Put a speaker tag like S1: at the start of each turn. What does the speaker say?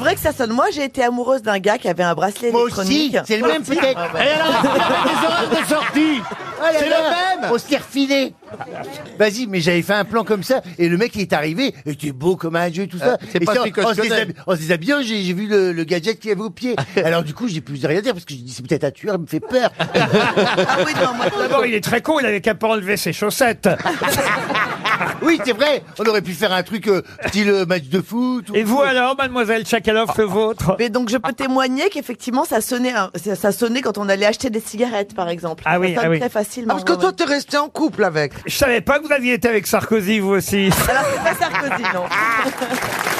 S1: vrai que ça sonne. Moi, j'ai été amoureuse d'un gars qui avait un bracelet
S2: Moi
S1: électronique.
S2: aussi, c'est le même peut-être.
S3: Ah
S2: Oh
S3: Et alors, les horaires de sortie C'est le même
S2: On s'est refilé. Vas-y, mais j'avais fait un plan comme ça, et le mec il est arrivé, et était beau comme un dieu, tout
S3: Euh,
S2: ça.
S4: c'est
S2: Et
S4: pas
S2: ça, en se
S4: précautionnel.
S2: déshabi- En se déshabillant, j'ai j'ai vu le, le gadget qu'il avait au pied. Alors du coup, j'ai plus rien dire, parce que j'ai dit, c'est peut-être un tueur, il me fait peur.
S1: Ah oui, non, moi,
S3: D'abord, il est très con, il avait qu'à pas enlever ses chaussettes.
S2: oui, c'est vrai, on aurait pu faire un truc euh, style euh, match de foot. ou-
S3: Et vous alors, mademoiselle Tchakaloff, le vôtre
S1: Mais donc je peux témoigner qu'effectivement ça sonnait, un- ça, ça sonnait quand on allait acheter des cigarettes par exemple.
S3: Ah oui,
S1: ça sonne
S3: ah oui.
S1: très facilement.
S5: Parce que
S1: ouais,
S5: toi,
S1: ouais.
S5: t'es resté en couple avec.
S3: Je savais pas que vous aviez été avec Sarkozy, vous aussi.
S1: alors c'est pas Sarkozy non.